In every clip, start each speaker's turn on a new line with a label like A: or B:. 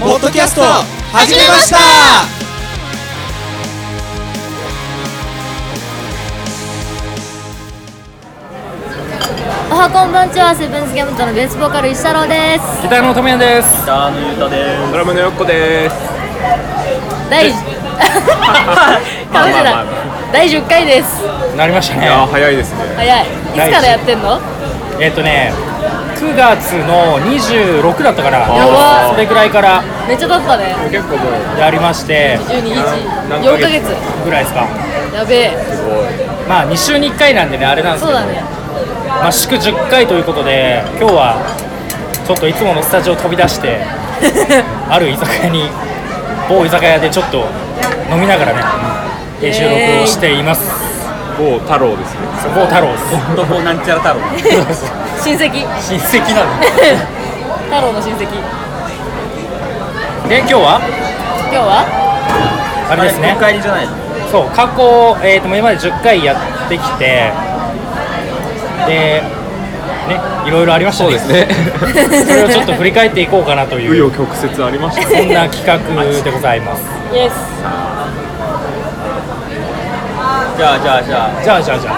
A: ポッドキャスト始めました
B: おはこんばんちはセブンスギャムトのベースボーカル石太郎です
C: ギターの富谷です。
D: ドラムのよっこです。
B: 第 かぶせ
D: ま
B: た
D: あま
B: 第10回です
C: なりました
D: いやー
C: ね。
D: 早いですね。
B: 早いいつからやってんの
C: えっ、とね、9月の26だったから、
B: やば
C: それぐらいから
B: めっちゃ経ったね
D: 結構もう
C: やりまして、
D: 何
B: 124ヶ月
C: ぐらいですか。
B: やべえ
D: すごい。
C: まあ2週に1回なんでね、あれなんです
B: そう
C: けど、
B: だね
C: まあ祝10回ということで、今日はちょっといつものスタジオを飛び出して、ある居酒屋に、某居酒屋でちょっと飲みながらね、収録をしています。
D: 某太郎ですね。
C: そこ太郎です。
A: 男なんちゃら太郎
B: 親戚
C: 親戚なの。
B: 太郎の親戚今
C: で、今日は
B: 日は
C: あれですね。
A: お帰りじゃないの
C: そう過去、えー、と今まで10回やってきてでねいろいろありましたね
D: ね。
C: それをちょっと振り返っていこうかなとい
D: 紆
C: う
D: 余曲折ありました。
C: そんな企画でございます
B: イエス
A: じゃあじゃあじゃあ
C: じゃあじゃあじゃ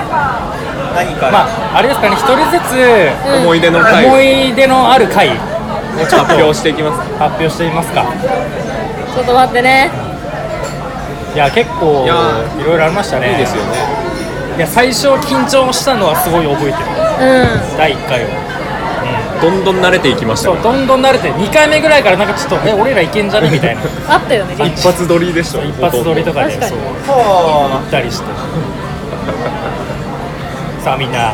A: 何か
C: あ
A: ら、
C: まああれですかね一人ずつ
B: うん
D: 思い出の回
C: 思
D: を
C: い出のある回をちょっ
D: 発表
C: と
D: していきます。
C: 発表してみますか
B: ちょっと待ってね
C: いや結構
D: い
C: い
D: や
C: ろいろありましたね
D: いいですよね。
C: いや最初緊張したのはすごい覚えて
B: うん
C: る第1回は
D: どんどん慣れていきました
C: そ
D: か
C: うどんどん慣れて2回目ぐらいからなんかちょっとえ俺らいけんじゃねみたいな
B: あったよね
D: ら。一発撮りでした。
C: 一発撮りとかで
B: 確かに
C: そう
A: は
C: 行ったりして さあみんな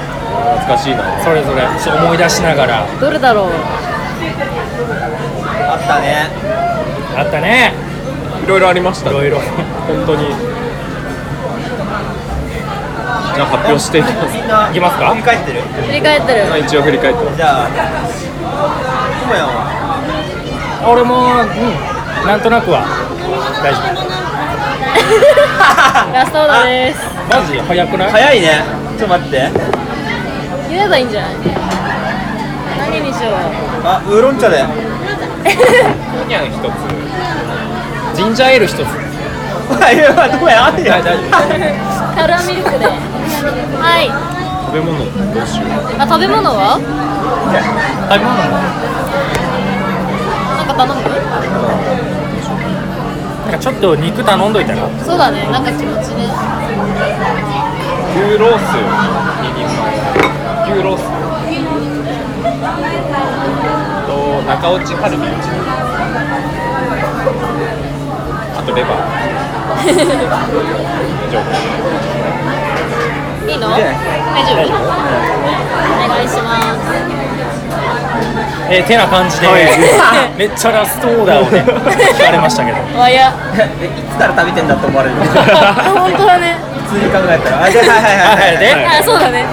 D: 懐かしいな。
C: それぞれそう思い出しながら
B: どれだろう
A: あったね
C: あったね
D: いろいろありまし
C: い
D: たね。
C: ろいろ
D: 本当に。じゃあ発表していきます。
A: みんない
C: きますか
A: 振り返ってる
B: 振り返ってる
D: まあ一応振り返って。
A: じゃあともやんは
C: 俺もうんなんとなくは大丈
B: ラストオーダーです
C: 夫マジ早くない
A: 早いねちょっと待って
B: 言えばいいんじゃない何にしよう
A: あウーロン茶だよ
C: ニャン一つジンジャーエール一つ
A: あいやまあともやんあってよ
C: 大丈
B: カルアミルクではい
D: 食べ物どうしよう。
B: あ食べ物は
C: 食べ物も
B: なんか頼む
C: なんかちょっと肉頼んどいたら
B: そうだね、なんか気持ちね。
D: 牛ロース。牛ロース。と中落ちカルビ。あとレバー。
B: いいの大丈夫
A: いいね
B: お願いします。
C: えーてな感じで
A: は
C: めっちゃラストオーダーを ね聞かれまし たけど
B: わや。
A: えいつから食べてんだって思われる
B: 本当だね。
A: 普通に考えたらあじゃあ はいはいはい
C: はい
A: はい
C: で
B: あ、そうだね。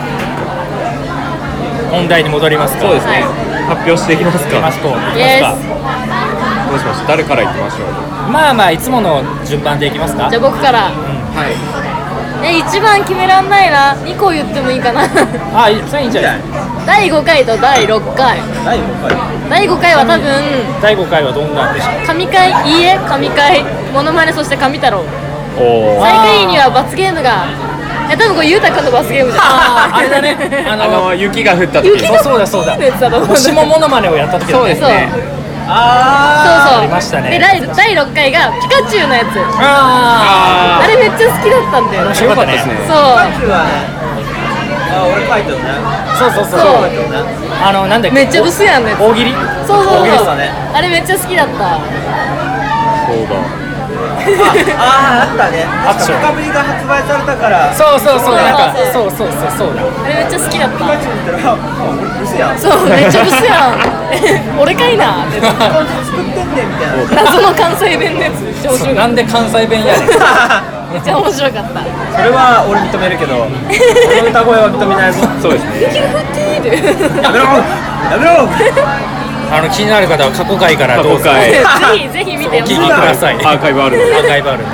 C: 本題に戻りますかそうで
B: はい。
D: 発表していきます
C: マ
D: か
C: スコいきます
B: イエ
C: か
B: ス。
D: どうしましょう誰からいきましょう
C: まあまあいつもの順番でいきますか
B: じゃあ僕から。
D: はい
B: え、一番決めらんないな。二個言ってもいいかな。
C: あいいそれいいんじゃない
B: 第五回と第六回。
A: 第5回
B: 第五回は多分、
C: 第5回はどんなんでした
B: 神回、いいえ、神回、モノマネ、そして神太郎。
D: お
B: 最下位には罰ゲームが。え、多分これ、ゆうたくんの罰ゲームだ。
C: あれだね。 あ
D: あ
C: の
D: の雪が降った時
B: 雪
C: そ
B: が
C: うそうだそうだ
B: いいやつだと思う
C: もしもモノマネをやった時だね
B: そうですね
A: あ
B: そうそう。
C: ありましたね
B: で、第第6回がピカチュウのやつ。
C: あ
B: あれめっちゃ好きだったんだよね。
C: あ
B: そ
C: よかったですね
B: う。
A: ーはねあ俺書いてるね
C: そうそうそう
B: そう
A: 書いてるね
C: あのなんだっけ
B: めっちゃブスやんのやつ。
C: 大喜利
B: そうそうそう
A: 大喜利
B: そう。
A: だね
B: あれめっちゃ好きだった。
D: そうだ
A: あああったね
C: あった
A: 確か深ぶりが発売されたから
C: そうそうそうなんか
B: そ
C: そうそうそうそうだ
B: あれめっちゃ好きだっ
A: ピカ
B: た。
A: チュウ見たらあ俺嘘やん
B: そう、めっちゃブスやん。 俺かいなって。
A: 感じ作ってんねんみたいな
B: 謎の関西弁のやつ。超面
C: そう
B: 白
C: なんで関西弁 やねん
B: めっちゃ面白かった。
A: それは俺認めるけど俺の歌声は認めないぞ
D: そうですね
B: キューティー ル。
A: やめろやめろ
C: あの気になる方は過去回からどうぞ
D: 過去回
C: お
B: ぜひぜひ見て
C: 聞
B: ほ
C: き
B: しい。
C: ください
D: アーカイブあるので
C: アーカイブあるんで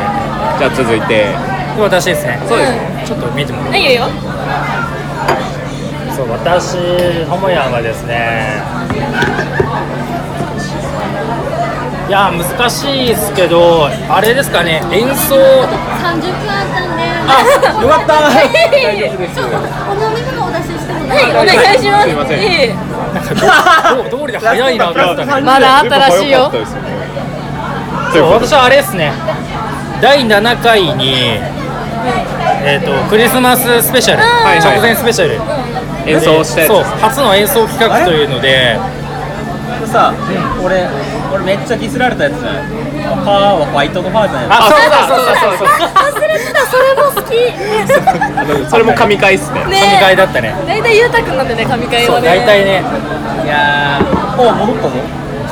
D: じゃあ続いて
C: で私ですね
B: そうですね
C: ちょっと見てもら
B: あいいよいいよ。
C: そう私ともやんはですねいや難しいですけどあれですかね演奏
B: 三十分あったんで。
C: あよかった
B: ちょっとお飲み物お出ししても
D: はい、お
B: い
D: 願いします
E: すいません
D: ええ
C: どどうりで早いなと思ったね
D: まだあったらしい
E: やっ
D: よ
E: ぱ良かったですね
C: そう私はあれですね第7回に、えー、とクリスマススペシャル、
E: はいはい
C: 直前スペシャル
E: 演奏したやつ
C: そう初の演奏企画というので
A: これさ、俺俺めっちゃディスられたやつじゃないファーはホワイトのファーじゃない
C: あそうだそうだそうだ
B: 忘れてた、それも好き。
E: それも神回っすね
C: 神
B: ね
C: 回だったね
B: え、だいたいゆうたくんなんでね、神回
C: そ
B: は
C: う大
B: ね。
C: 体ね
A: いやーもう戻ったぞ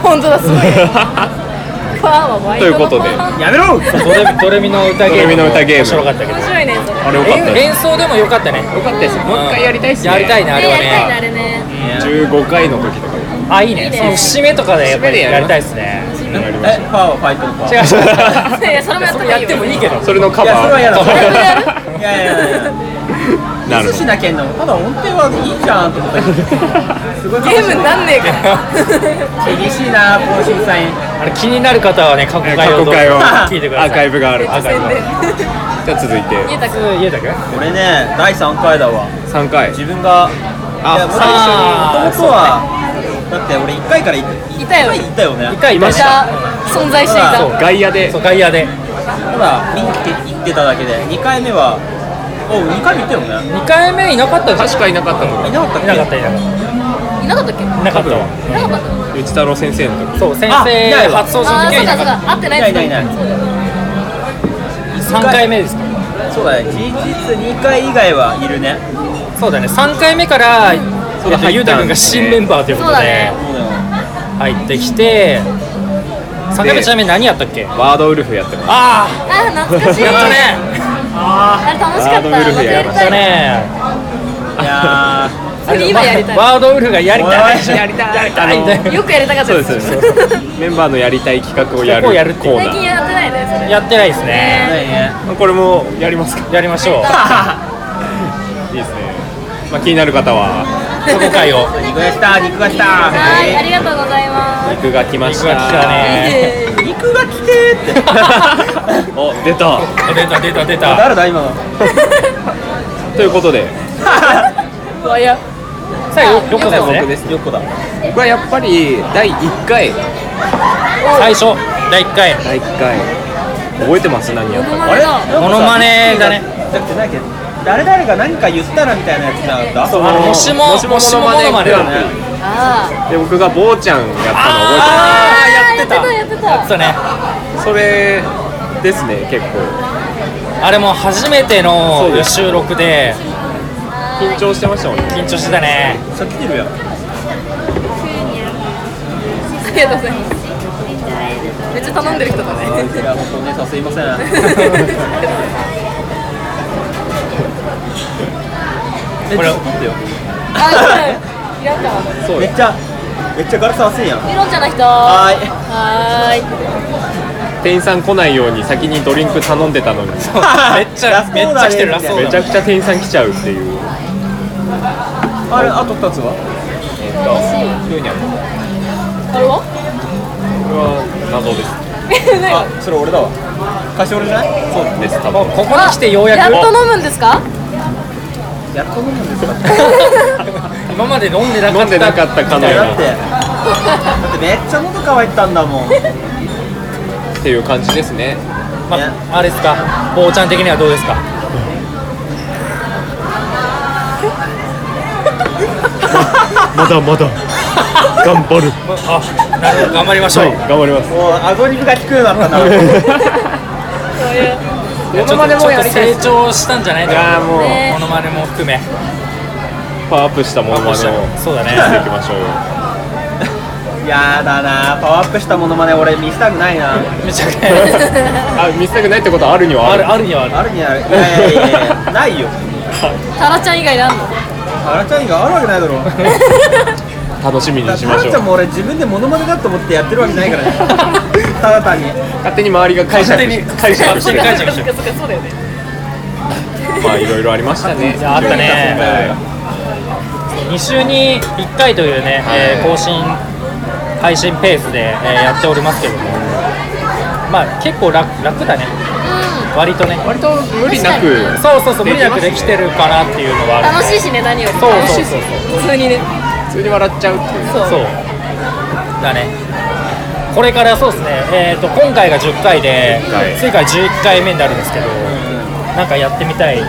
B: 本当だ、す ごい。ファンはワイドのファン
E: ということで
A: やめろ
C: そうドレドレミの歌ゲーム
E: ドレミの歌ゲーム
C: 面白かったけど
B: 面白いね、それ。
E: あれ良かったで
C: 演奏でもよかったね
E: すよかったですもう一回やりたいっすね
C: やりたいねあれは
B: ねやりたいね、あ
C: ね
B: れね。
E: 15回の時とか
C: あいいね
B: ね
C: その節目とかでやっぱりやりたいですね
A: え、ファーはホワイトのファー
C: 違う違う
B: いやいや、 それもやった方がいい
C: や
B: よ
C: ってもいいけど
E: それのカバー
A: いやそれは 嫌だ
E: カ
A: そ
E: バー
A: れは
B: やる
A: いやいやいやいや
E: なる
A: ミス
E: ほ
A: し
E: ど
A: なきゃいいんだもんただ音程はいいじゃんと思ったけどすごい
B: ゲームになんねえから。
A: 厳しいなこの審査員
C: あれ気になる方はね過去
E: えー
C: 回
E: 過
C: を
E: 去回を
C: 聞いてください
E: アーカイブがある
C: アーカイブがある
E: じゃあ続いて
B: ゆうたくん。
C: 家だけ
A: 俺ね第3回だわ
E: 3回
A: 自分が
E: あ
A: いやもともとは
C: あ
A: だって俺1回からい
B: いたよ
A: 1回行ったよね
C: 一回いま
B: ま
C: したた
B: 存在してい
C: そ
B: た
C: う。
E: 外野で
C: そう外野で
A: ただ見に行ってただけで2回目はお2回目行ったよね
C: 2回目いなかったでし
E: 確かいなかったの
A: いなかったっ
C: ょい
A: け
C: なかったいなかっ
B: いなかったっけい
C: たいなかったわ
B: なかった
E: 内太郎先生の時
C: そう先
A: あいな
C: 生
A: いわ
C: 初登場
B: ああ、
C: の時
B: そ
C: は
B: う
C: い
B: か
C: な
B: そ
C: か
B: う
C: った
B: か、合ってない
A: いないいない
B: そうだよね
C: 3回目ですか
A: そうだね事実2回以外はいるね
C: そうだね3回目からえ
E: そうだ
C: っ
E: 入ったん
C: と
E: ですね
C: ゆうたくんが新メンバーというこ
B: そう
C: と
B: だ
C: で
B: ね
A: そうだよ
C: 入ってきて3回目ちなみに何やったっけ
E: ワードウルフやってます
C: あ
B: あ、懐かしい。
C: あやったね
B: あれ楽しかった。
E: ワードウルフ
B: また
E: や
B: や
E: り
B: り
C: や
E: ま
B: た
C: った
B: い。
C: ね
A: いや
B: それ今やりたい。
C: ワードウルフがやりた
A: お
C: い
A: い
C: やりたいやりたいみたいな
B: よくやりたかった
E: そう
B: で。
E: ですす そうですメンバーのやりたい企画を
C: 企
E: や
C: 画をやる
E: る
C: っていう
E: コー
B: 最
E: ナ
B: 近やってないね、それ。
C: やってないです
A: ー
C: ね
A: ないね
E: ーこれもやりますか
C: やりましょう
E: いいですねまあ気になる方は
C: その回を
A: 肉がした肉がした
B: はい、ありがとうございます。
E: 肉が来まし
C: 肉が来た
E: た
C: ね
A: 肉が来てーって
E: お出た
C: 出た出た出た
A: 誰だ今の
E: ということで
B: わや。
C: 最後よこ
A: 最
C: で
A: 後
C: す
A: 僕
C: ね
A: ですよっこだ
E: 僕はやっぱり第1回
C: 最初第1回
E: 第1回覚えてます何やったか
A: あれ
C: モノマネだね
A: だってないけど誰々が何か言ったらみたいなやつじゃなかった
E: そう
C: あのもしももしもものまね
E: だ
C: だ
E: ね
C: ね
B: あ
E: で僕が坊ちゃんやったの覚えてます
C: あ
B: あ
C: ーやってた
B: やってた
C: やってたね
E: それですね結構
C: あれも初めての
E: そうです
C: 収録で
E: 緊張してましたもんね
C: 緊張してたね
A: さっき来てるやん
B: あ、ありがとうございます。めっちゃ頼んでる人 だね。
A: いや本当ねさすいません
C: これ
B: あ、いらんかも。
E: そう
A: め
E: です
A: っちゃめっちゃガラス熱いやん
B: メロンちゃんの人。
A: はーい
B: はーい。
E: 店員さん来ないように先にドリンク頼んでたのに
C: めっちゃ
A: ラスト
C: めっちゃ来てる
A: だ
C: ラス
A: ねそう
C: トオー
E: め
C: ダ
E: ち
C: ー
E: ゃくちゃ店員さん来ちゃうっていう
A: あれあと2つは
E: えっとユーニャンこ
B: あれは。
E: れは謎です
A: あそれ俺だわ貸し俺じゃないそうだ
E: です多
C: もう
E: 分
C: ここに来てようや
B: やっ
C: く
B: と飲むんですか。
A: やっと飲むんですか
C: 今まで飲んでなかった
E: 飲んでなかったか
A: い
E: の
A: やだっ
E: よ
A: てだってめっちゃ喉乾いてたんだもん
E: うにっていう感じですね
C: まあ、あれですか坊ちゃん的にはどうですか
E: まだまだ頑張る
C: あなるほど頑張りましょう、
E: 頑張ります
A: もう顎肉が効くようになったな
B: そういう。
C: ちょっとちょっと成長したんじゃない
E: いやーもう
B: ね
C: モノマネも含め
E: パワーアップしたものまねをして
C: そうだ
E: い
C: ね
E: きましょうよ
A: やだなパワーアップしたモノマネ俺見せたくないな
C: めちゃくちゃ
E: あ見せたくないってことはあるには
C: あ
E: あ
C: る
E: る
C: あるにはある
A: あるにはいやいやいやいやないよ
B: タラちゃん以外なんの。
A: あらちゃんがあるわけないだろ
E: 楽しみにし
A: タ
E: まし
A: ラ
E: ょう
A: ちゃんも俺自分でモノマネだと思ってやってるわけないからねただ単に
E: 勝手に周りが解釈して解釈し
C: 勝手
E: て
C: に解釈して
B: そっかそっかそうだよね。
E: まあいろいろありましたね
C: いやあったね
E: は
C: 2週に1回というね、えー更新配信ペースで、えーやっておりますけどもまあ結構楽楽だね割とね
E: 割と無理なく
C: そうそうそう無理なく
E: で
C: で
E: きますね
C: きてるかなっていうのはある
B: 楽しいしね何より
C: そう
B: 楽し
C: そ
B: いうし
C: そう
B: 普通にね
E: 普通に笑っちゃうっていう
B: そう
C: そうだねこれからそうですね、えー、と今回が10回で
E: 10回
C: 次から11回目になるんですけどなんかやってみたい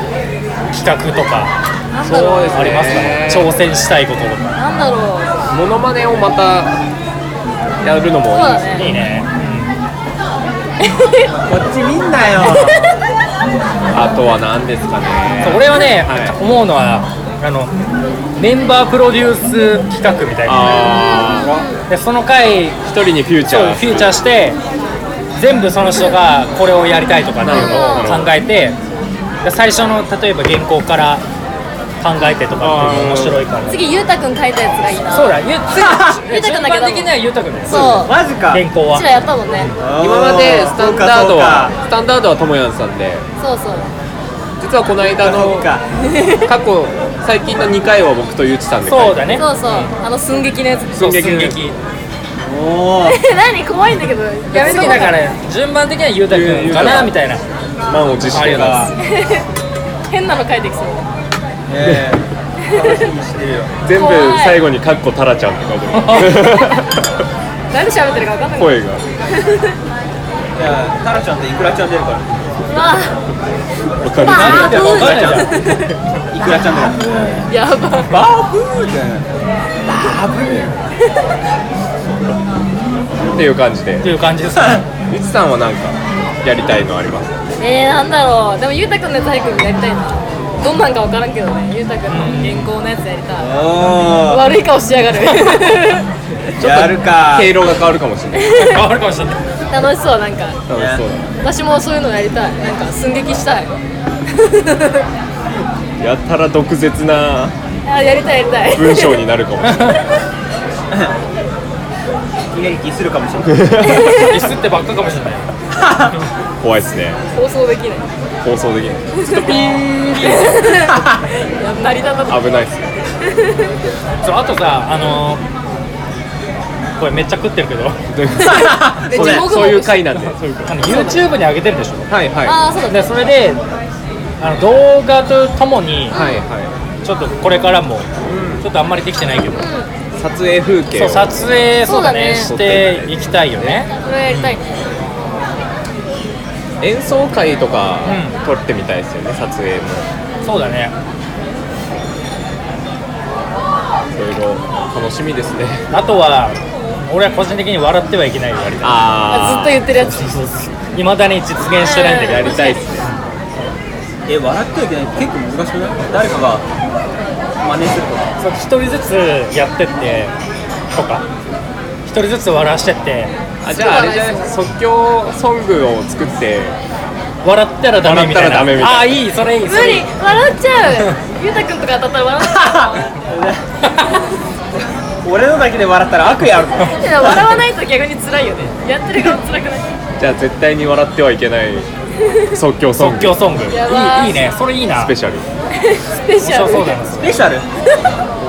C: 企画とか
B: なんだ
E: そう
B: ろ
E: で
B: う
E: すね
C: ありますかね挑戦したいこととか
B: なんだろう
E: モノマネをまたやるのも
B: そう
E: いい
B: だね
C: いいね
A: こっち見んなよ
E: あとは何ですかね
C: そう俺はね、
E: はい
C: 思うのはあのメンバープロデュース企画みたいな
E: あ
C: でその回
E: あ一人にフューチ
C: そう
E: ャー
C: フューチャーして全部その人がこれをやりたいとかっていう
E: なるほ
C: の
E: ど
C: を考えてで最初の例えば原稿から考えてとかっていうの面白いから
B: 次ゆうたくん書いたやつがいいな
C: そうだゆ
B: ゆうたくんだ
C: 順
B: け
C: 番
B: ど
C: 的にはゆうたくんです
B: そう
A: マジか
C: 原稿
B: う
C: は
B: ちらやったもんね
E: 今までスタンダードは
A: そうか
E: スタンダードはともやんさんで
B: そうそう
E: 実はこの間
A: そ
E: の
A: うか
E: 過去最近の2回は僕とゆうちさんで
C: そう
E: だ
C: だね
B: そうそうあの寸劇のやつ
C: そう寸
E: 寸劇
C: 劇
A: おー
B: 何怖いんだけどやめとこ
C: 次
B: う
C: だから順番的にはゆうたくんかなみたいな
E: 満を持してます
B: 変なの書いてきそう
A: ええ楽しみにしてるよ
E: 全部
B: 怖い
E: 最後にカッコタラちゃんって書い てます
B: 誰喋ってるか分かんない
E: 声が
A: じゃあタラちゃんとイクラちゃん出るから
B: あ
E: わかる
B: バーブ
A: わかんないじ
B: ー
A: ゃんイクラちゃんだから
B: やば
A: バブーじゃない
E: っていう感じで
C: っていう感じですね
E: ゆうちさんは何かやりたいのあります
B: えー、なんだろうでもゆうたくんのやつ早くやりたいなどんなんか分からんけどねゆうたくんの原稿のやつやりたい
A: お
B: 悪い顔しやがる
A: ーやるか
E: 経路が変わるかもしれない
C: 変わるかも しれない
B: 楽しそうなんか
E: 楽しそうだ
B: 私もそういうのやりたいなんか寸劇したい
E: やたら毒舌な
B: あやりたいやりたい
E: 文章になるかもし れない
A: イレリキするかもしれない
C: ミスってばっかかもしれない
E: 怖いですね
B: 放送できない
E: 放送できない
B: いや成り立たない
E: 危ないですね
C: そうあとさあのーこれめっちゃ食ってるけど
B: で
E: そう
B: 地獄
E: そういう
B: も
E: 回なんでそういう回
C: あの YouTube に上げてるでしょ
E: はいはいは
B: ああそうだね
C: でそれであの動画とともに
E: いは
C: ちょっとこれからも、ちょっとあんまりできてないけど、
E: い撮影風景
C: そう
E: を
C: 撮影そうだね
E: そう
C: し
E: だね
C: ていきたいよね
B: それやりたいね
E: 演奏会とか
C: う
E: 撮ってみたいですよね撮影も
C: そうだね
E: いろいろ楽しみですね
C: あとは俺は個人的に笑ってはいけないよやりたい
B: あずっ
E: あ
B: と言ってるやつ
C: いまだに実現してないんだけど
E: やりたいですね
A: え笑ってはいけない結構難しくない誰かが真似するとか
C: そう一人ずつやってってとか一人ずつ笑わしてって
E: あじゃああれじゃないですか即興ソングを作って
C: 笑ったらダメみたいな
E: 笑ったらダメみたいな
C: ああいいそれいいそ
B: 無理
C: れいい
B: 笑っち ゃうゆうたくんとか当たったら笑っちゃ
A: 俺のだけで笑ったら悪意あるの
B: ういや笑わないと逆に辛いよねやってる側辛くない
E: じゃあ絶対に笑ってはい けない即興ソン
C: 即
E: グ
C: 興ソングい
B: やばー
C: いいいねそれいいな
E: スペシャル
B: スペシャ
C: 面白
B: ル
C: そうだな
A: スペシャル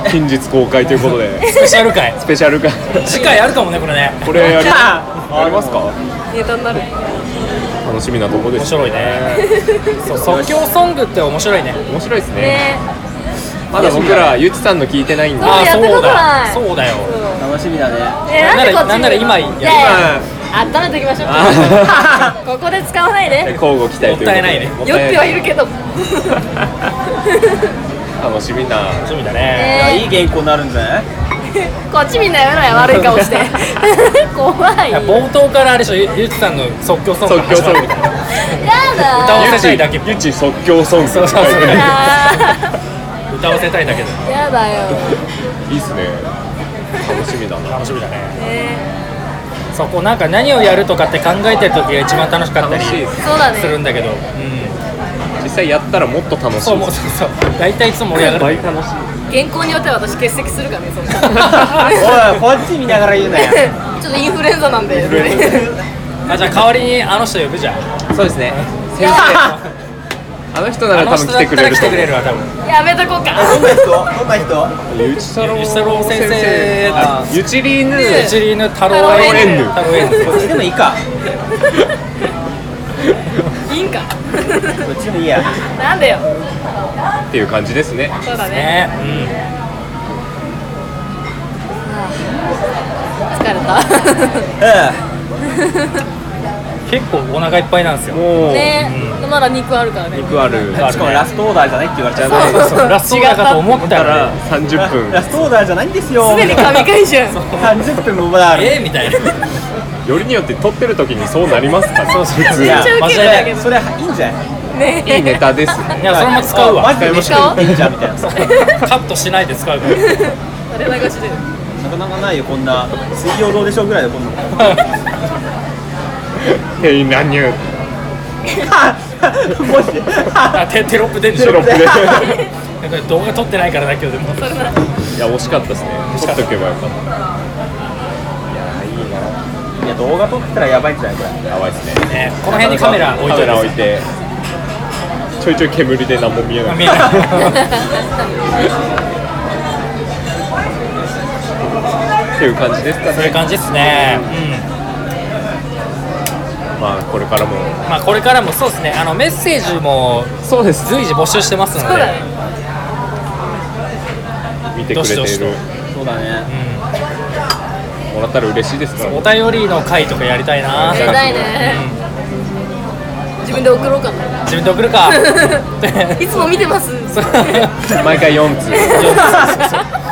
E: 近日公開ということで
C: スペシャル回
E: スペシャルが
C: 次回あるかもねこれね
E: これやりあ
A: あ
E: りますか
B: ネタになる
E: 楽しみなとこで
C: 面
E: す
C: 白いねそう即興ソングって面白いね
E: 面白いですね
B: ね
E: まだ僕らゆちさんの聞いてないんで
B: そうやったことない
C: そうだよ
A: 楽しみだね
B: えなんでこっち
C: なんなら今
B: いや
C: や
B: いや温めておきましょ
E: あ
B: うここで使わないで
E: 交互期待ということ
C: もったいないね
E: も
B: 酔ってはい
E: い
B: るけど
E: 楽しみな
C: 楽しみだ
A: い
C: ね
A: や
B: え
A: いい原稿になるんじゃ ない
B: ー、こっちみんなやめろよ悪い顔して 怖い
C: いや冒頭からあれでしょゆゆうちさんの即興ソング
E: 即興ソング
C: 始まるから
B: や
C: 歌わ
B: だ
C: せたいだけ
E: ゆち即興ソング
C: そうそうそう
B: ーや
C: 歌わせたいだけで
B: ーやだよ、
E: いいっすね楽しみだな
C: 楽しみだね
B: ね、
C: そこなんか何をやるとかって考えてる時が一番楽しかったり
E: 楽しいです
B: そうだね
C: するんだけど、うん、
E: 実際やったらもっと楽しい
C: そうも うそうそう大体いつも盛り上がる
E: 倍楽しい
B: 原稿によっては私欠席するからねその
A: おいこっち見ながら言うなよ
B: ちょっとインフルエンザなんで
E: フルエン
C: あじゃあ代わりにあの人呼ぶじゃん
E: そうですね
B: いや
E: あの人なら多分来てくれると思う
C: わ多分
B: やめとこうか
A: どん な人どんな人
E: ゆち太郎
C: ゆち太郎先生
E: あゆちりーぬ
C: エチリーヌ太郎
B: エヌ
C: 太郎エヌ
A: こっちでもいいか
B: いいんか
A: こっちでもいいや
B: なんでよ
E: っていう感じですね
B: そうだね
C: ね
B: 疲れた
A: う
C: うん結構お腹いっぱいなんですよ
E: もう
B: ねまだ肉あるからね
E: 肉ある
A: んしかもラストオーダーじゃないって言われちゃう
B: そうそう
C: ラストだかと思っ
E: だ
C: た
E: から
C: ね
E: ら30分
A: ラストオーダーじゃないんですよ
B: すでに神回じゃん
A: 30分もまだある
C: えーみたいな
E: よりによって撮ってる時にそうなりますかね
C: そうそう
E: 普通
A: い
E: い
A: や
B: めっちゃウケるんだけど
A: それいいんじゃない
B: ね
E: いネタですね
C: いやそれも使う
A: マ
C: わ
A: ジで飯食ってんじゃんみたいな
C: カットしないで使うから
B: 垂れ流しで
A: なかなかないよこんな水曜どうでしょうぐらいでこんなの
E: へいなにゅ
A: もし
C: あテテロップ出るでし
E: テロ
C: ょ
E: ップでい
C: これ動画撮ってないからだけどでも
E: や惜しかったですね撮っとけばよかっ
A: いや動画撮ったらやばいんじゃないこれ
E: たやばいですね
C: ねこの辺にカメラ置い
E: カ
C: とい
E: メ
C: て
E: ラ置いてちょいちょい煙で何も見えない
C: 見えない
E: っていう感じですか
C: そういう
E: ね
C: 感じですねうん
E: まあこれからも
C: まあこれからもそうですねあのメッセージも
E: そうです
C: 随時募集してますので
B: そうだね
E: 見てくれて
C: どし
E: い
C: ど
E: る
C: し
A: そうだね
E: もらったら嬉しいですか
C: う
E: ら
C: ん、お
E: ね
C: 便りの回とかやりたいな
B: やりたいね自分で送ろうかな
C: 自分で送るか
B: いつも見てます
C: そう
E: 毎回4通
A: で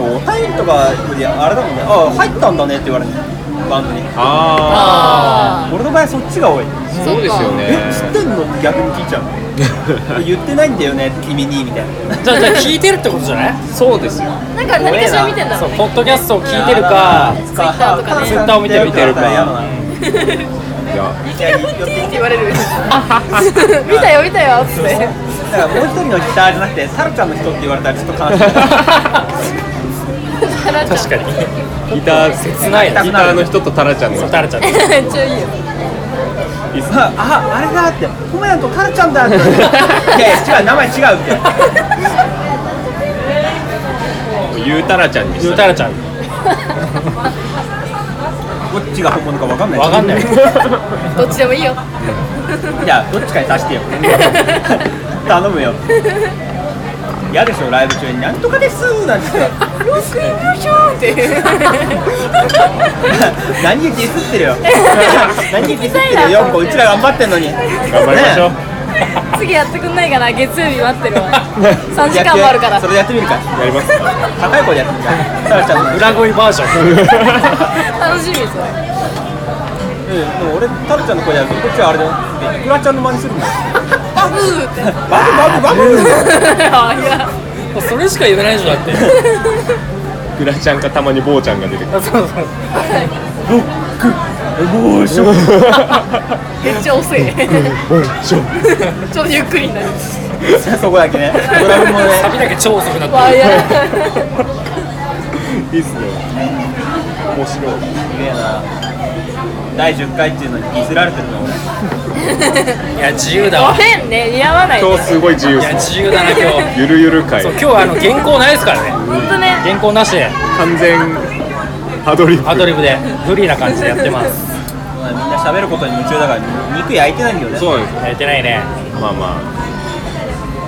A: もお便りとかよりあれだもんねあ入ったんだねって言われるバンドに
E: あ
B: あ
A: 俺の場合そっちが多い
E: あそうですよ
A: え
E: ね
A: 知ってんのって逆に聞いちゃう言ってないんだよね君にみたいな
C: じゃあじゃあ聞いてるってことじゃない
E: そうですよ
B: ーなんか何かしら見てんだ
C: そ
B: ろ
C: う
B: うね
C: ポッドキャストを聞いてるか
B: Twitter とかね
C: Twitter を見てるか
A: 嫌だない
E: や
A: いや
B: って
A: 寄ってきて
B: 言われる見たよ見たよっ つって
A: だからもう一人のギターじゃなくてサルちゃんの人って言われたらちょっと悲しい
C: 確かに
E: ギター切
C: 切ないよ
E: ギターの人とタラちゃんの人
C: 垂れちゃっ
B: めっちゃいいよ
A: あああれだってトモヤンとタルちゃんだっていやいや違う名前違うって
E: ゆうたらちゃんに
C: た
E: し
C: 言う
E: た
C: たらちゃん
A: どっちが本物か分かんない
C: わかんない
B: どっちでもいいよ
A: いやどっちかに 出してよ頼むよ嫌でしょライブ中に「なんとかです」なんて言って
B: よしよしょって
A: 何ディスってる よ何ディスってるよこううちら頑張ってんのに
E: 頑
A: 頑
E: 張りましょう、
B: 次やってくんないかな月曜日待ってるわ3時間もあるから
A: それやってみるか
E: やりますか
A: 高い声でやってみるかさらちゃんの裏
C: 裏声バージョン
B: 楽しみそれ
A: うんでも俺タルちゃんの声やるとこっちはあれだよでイクラちゃんの真似するもん
B: あブーって
A: バブバブバブ
B: あいや
C: もうそれしか言えないでしょだって
E: グラちゃんかたまに坊ちゃんが出てくる
C: そうそう
E: 坊ちゃん
B: めっちゃ遅いち ょっとゆっくりになる
A: そこだけねドラムもね
C: サビだけ超遅くなってる
B: わあいや
E: いいっすね面白い
A: すげえな第10回っていうのにディスられてるの俺
C: いや自由だわ
B: ごめんね似合わない
E: 今
B: 本
E: 日すごい自由
C: い
E: っ
C: や
E: すね
C: 自由だな今日
E: ゆるゆる回
C: そう今日はあの原稿ないですからね
B: 当ね
C: 原稿なしで
E: 完全ハドリブ
C: アドリブでフリーな感じでやってます
A: そうだねみんな喋ることに夢中だから肉焼いてないんだよね
E: そうなんですよ
C: やってないね
E: まあま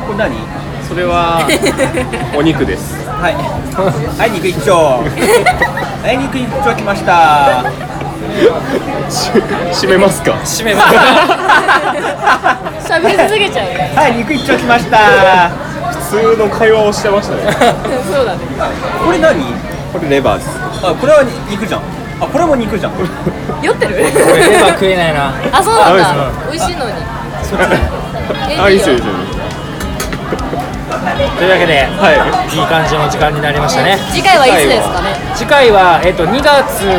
A: これ何
E: あそれはお肉です
A: はい。はい、肉一丁。はい、肉一丁来ました。
E: し締めますか
C: 締め ます
B: 喋り続けちゃうね
A: はい、肉一丁来ました。
E: 普通の会話をしてました ね
B: そうだね
A: これ何？
E: これレバーです
A: あ、これは肉じゃん。あ、これも肉じゃん。
B: 酔ってる
C: 俺レバー食えないな
B: あそうなん
E: ダ
B: だ美味しいのに
E: あいいっすよいい
B: よ
E: っすよ
C: というわけで
E: はい
C: いい感じの時間になりましたね
B: 次回はいつですかね
C: 次回は、えっと、2月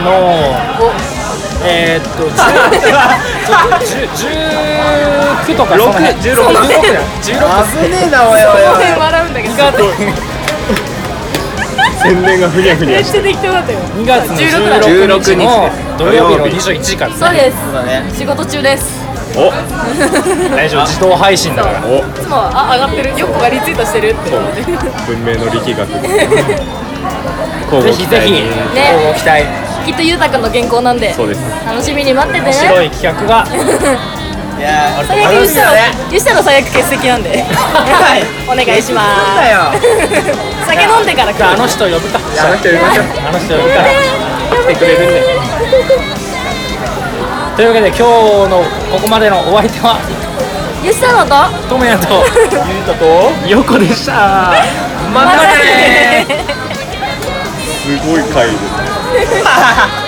C: の
B: お
C: えー、っ と19とかその辺
E: 16 16
C: だよ16
A: 危ねえな、おい
B: その
A: おいおい。
B: 辺笑うんだけど
C: 2月
E: 宣伝がふにゃふに
B: め
E: ゃ
B: っ
E: し
B: ちゃ適当だったよ
C: 2月の
B: 16
C: 16日の土曜日の21時からです
B: そう
C: ね
B: です
A: そうだね。
B: 仕事中です
F: お
C: 大丈夫自動配信だから
F: お
B: いつもあ上がってるヨッコがリツイートしてるって思って
F: 文明の力学交
C: ぜ
F: 互期
C: ひぜ
F: 待
C: ひ
F: に
B: ね
C: ご期待
B: きっとゆうたくんの原稿なんで
F: そう です
B: 楽しみに待っててね
C: 白い企画が
A: いやーあ
B: 最悪
A: 楽
B: ゆ
A: し
B: し
A: みだ
B: た
A: ね
B: らゆしたら最悪欠席なんでお願いします
A: なんだよ
B: 酒飲んでから来
C: じゃああ
B: る
C: の人呼ぶか
F: あの人呼びましょう
C: あの人呼ぶから
F: 来てくれるんで
C: というわけで今日のここまでのお相手は
B: ゆしたのと
C: トモヤと
A: ゆうたと
E: よこでした
C: またね
F: すごい回です
A: まあ